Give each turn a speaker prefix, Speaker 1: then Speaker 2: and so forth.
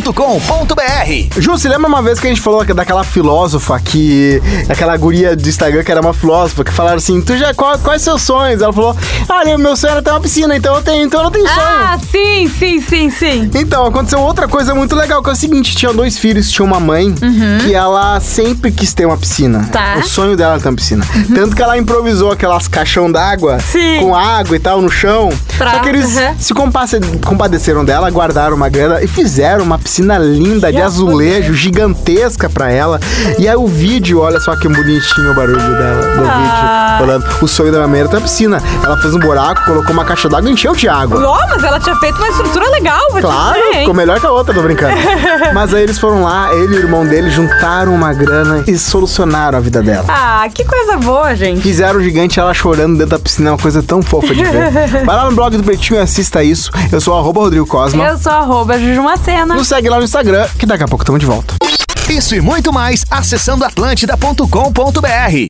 Speaker 1: Atlântida.com.br
Speaker 2: Ju, se lembra uma vez que a gente falou daquela filósofa que. aquela guria do Instagram que era uma filósofa, que falaram assim: tu já. Qual, quais seus sonhos? Ela falou: ah, meu sonho era ter uma piscina, então eu, tenho, então eu não tenho sonho.
Speaker 3: Ah, sim, sim, sim, sim.
Speaker 2: Então, aconteceu outra coisa muito legal, que é o seguinte, tinha dois filhos, tinha uma mãe que ela sempre quis ter uma piscina.
Speaker 3: Uhum. Tá. Uhum.
Speaker 2: O sonho dela era ter uma piscina. Tanto que ela improvisou aquelas caixão d'água
Speaker 3: Sim.
Speaker 2: com água e tal no chão.
Speaker 3: Pra-
Speaker 2: Só que eles
Speaker 3: uhum.
Speaker 2: se compasse- compadeceram dela, guardaram uma grana e fizeram uma piscina linda de azulejo, gigantesca pra ela. E aí o vídeo, olha só que bonitinho o barulho dela do
Speaker 3: Ah.
Speaker 2: vídeo. Falando, o sonho da minha mãe era ter uma piscina. Ela fez um buraco, colocou uma caixa d'água e encheu de água.
Speaker 3: Oh, mas ela tinha feito uma estrutura legal, vou te
Speaker 2: Claro,
Speaker 3: dizer, hein?
Speaker 2: ficou melhor que a outra, tô brincando. Mas aí eles foram lá, ele e o irmão dele juntaram uma grana e solucionaram a vida dela.
Speaker 3: Ah, que coisa boa, gente.
Speaker 2: Fizeram o gigante ela chorando dentro da piscina, é uma coisa tão fofa de ver. Vai lá no blog do Pretinho e assista isso. Eu sou o arroba Rodrigo Cosma.
Speaker 3: Eu sou arroba Jujumacena.
Speaker 2: Nos segue lá no Instagram, que daqui a pouco tamo de volta.
Speaker 1: Isso e muito mais acessando atlântida.com.br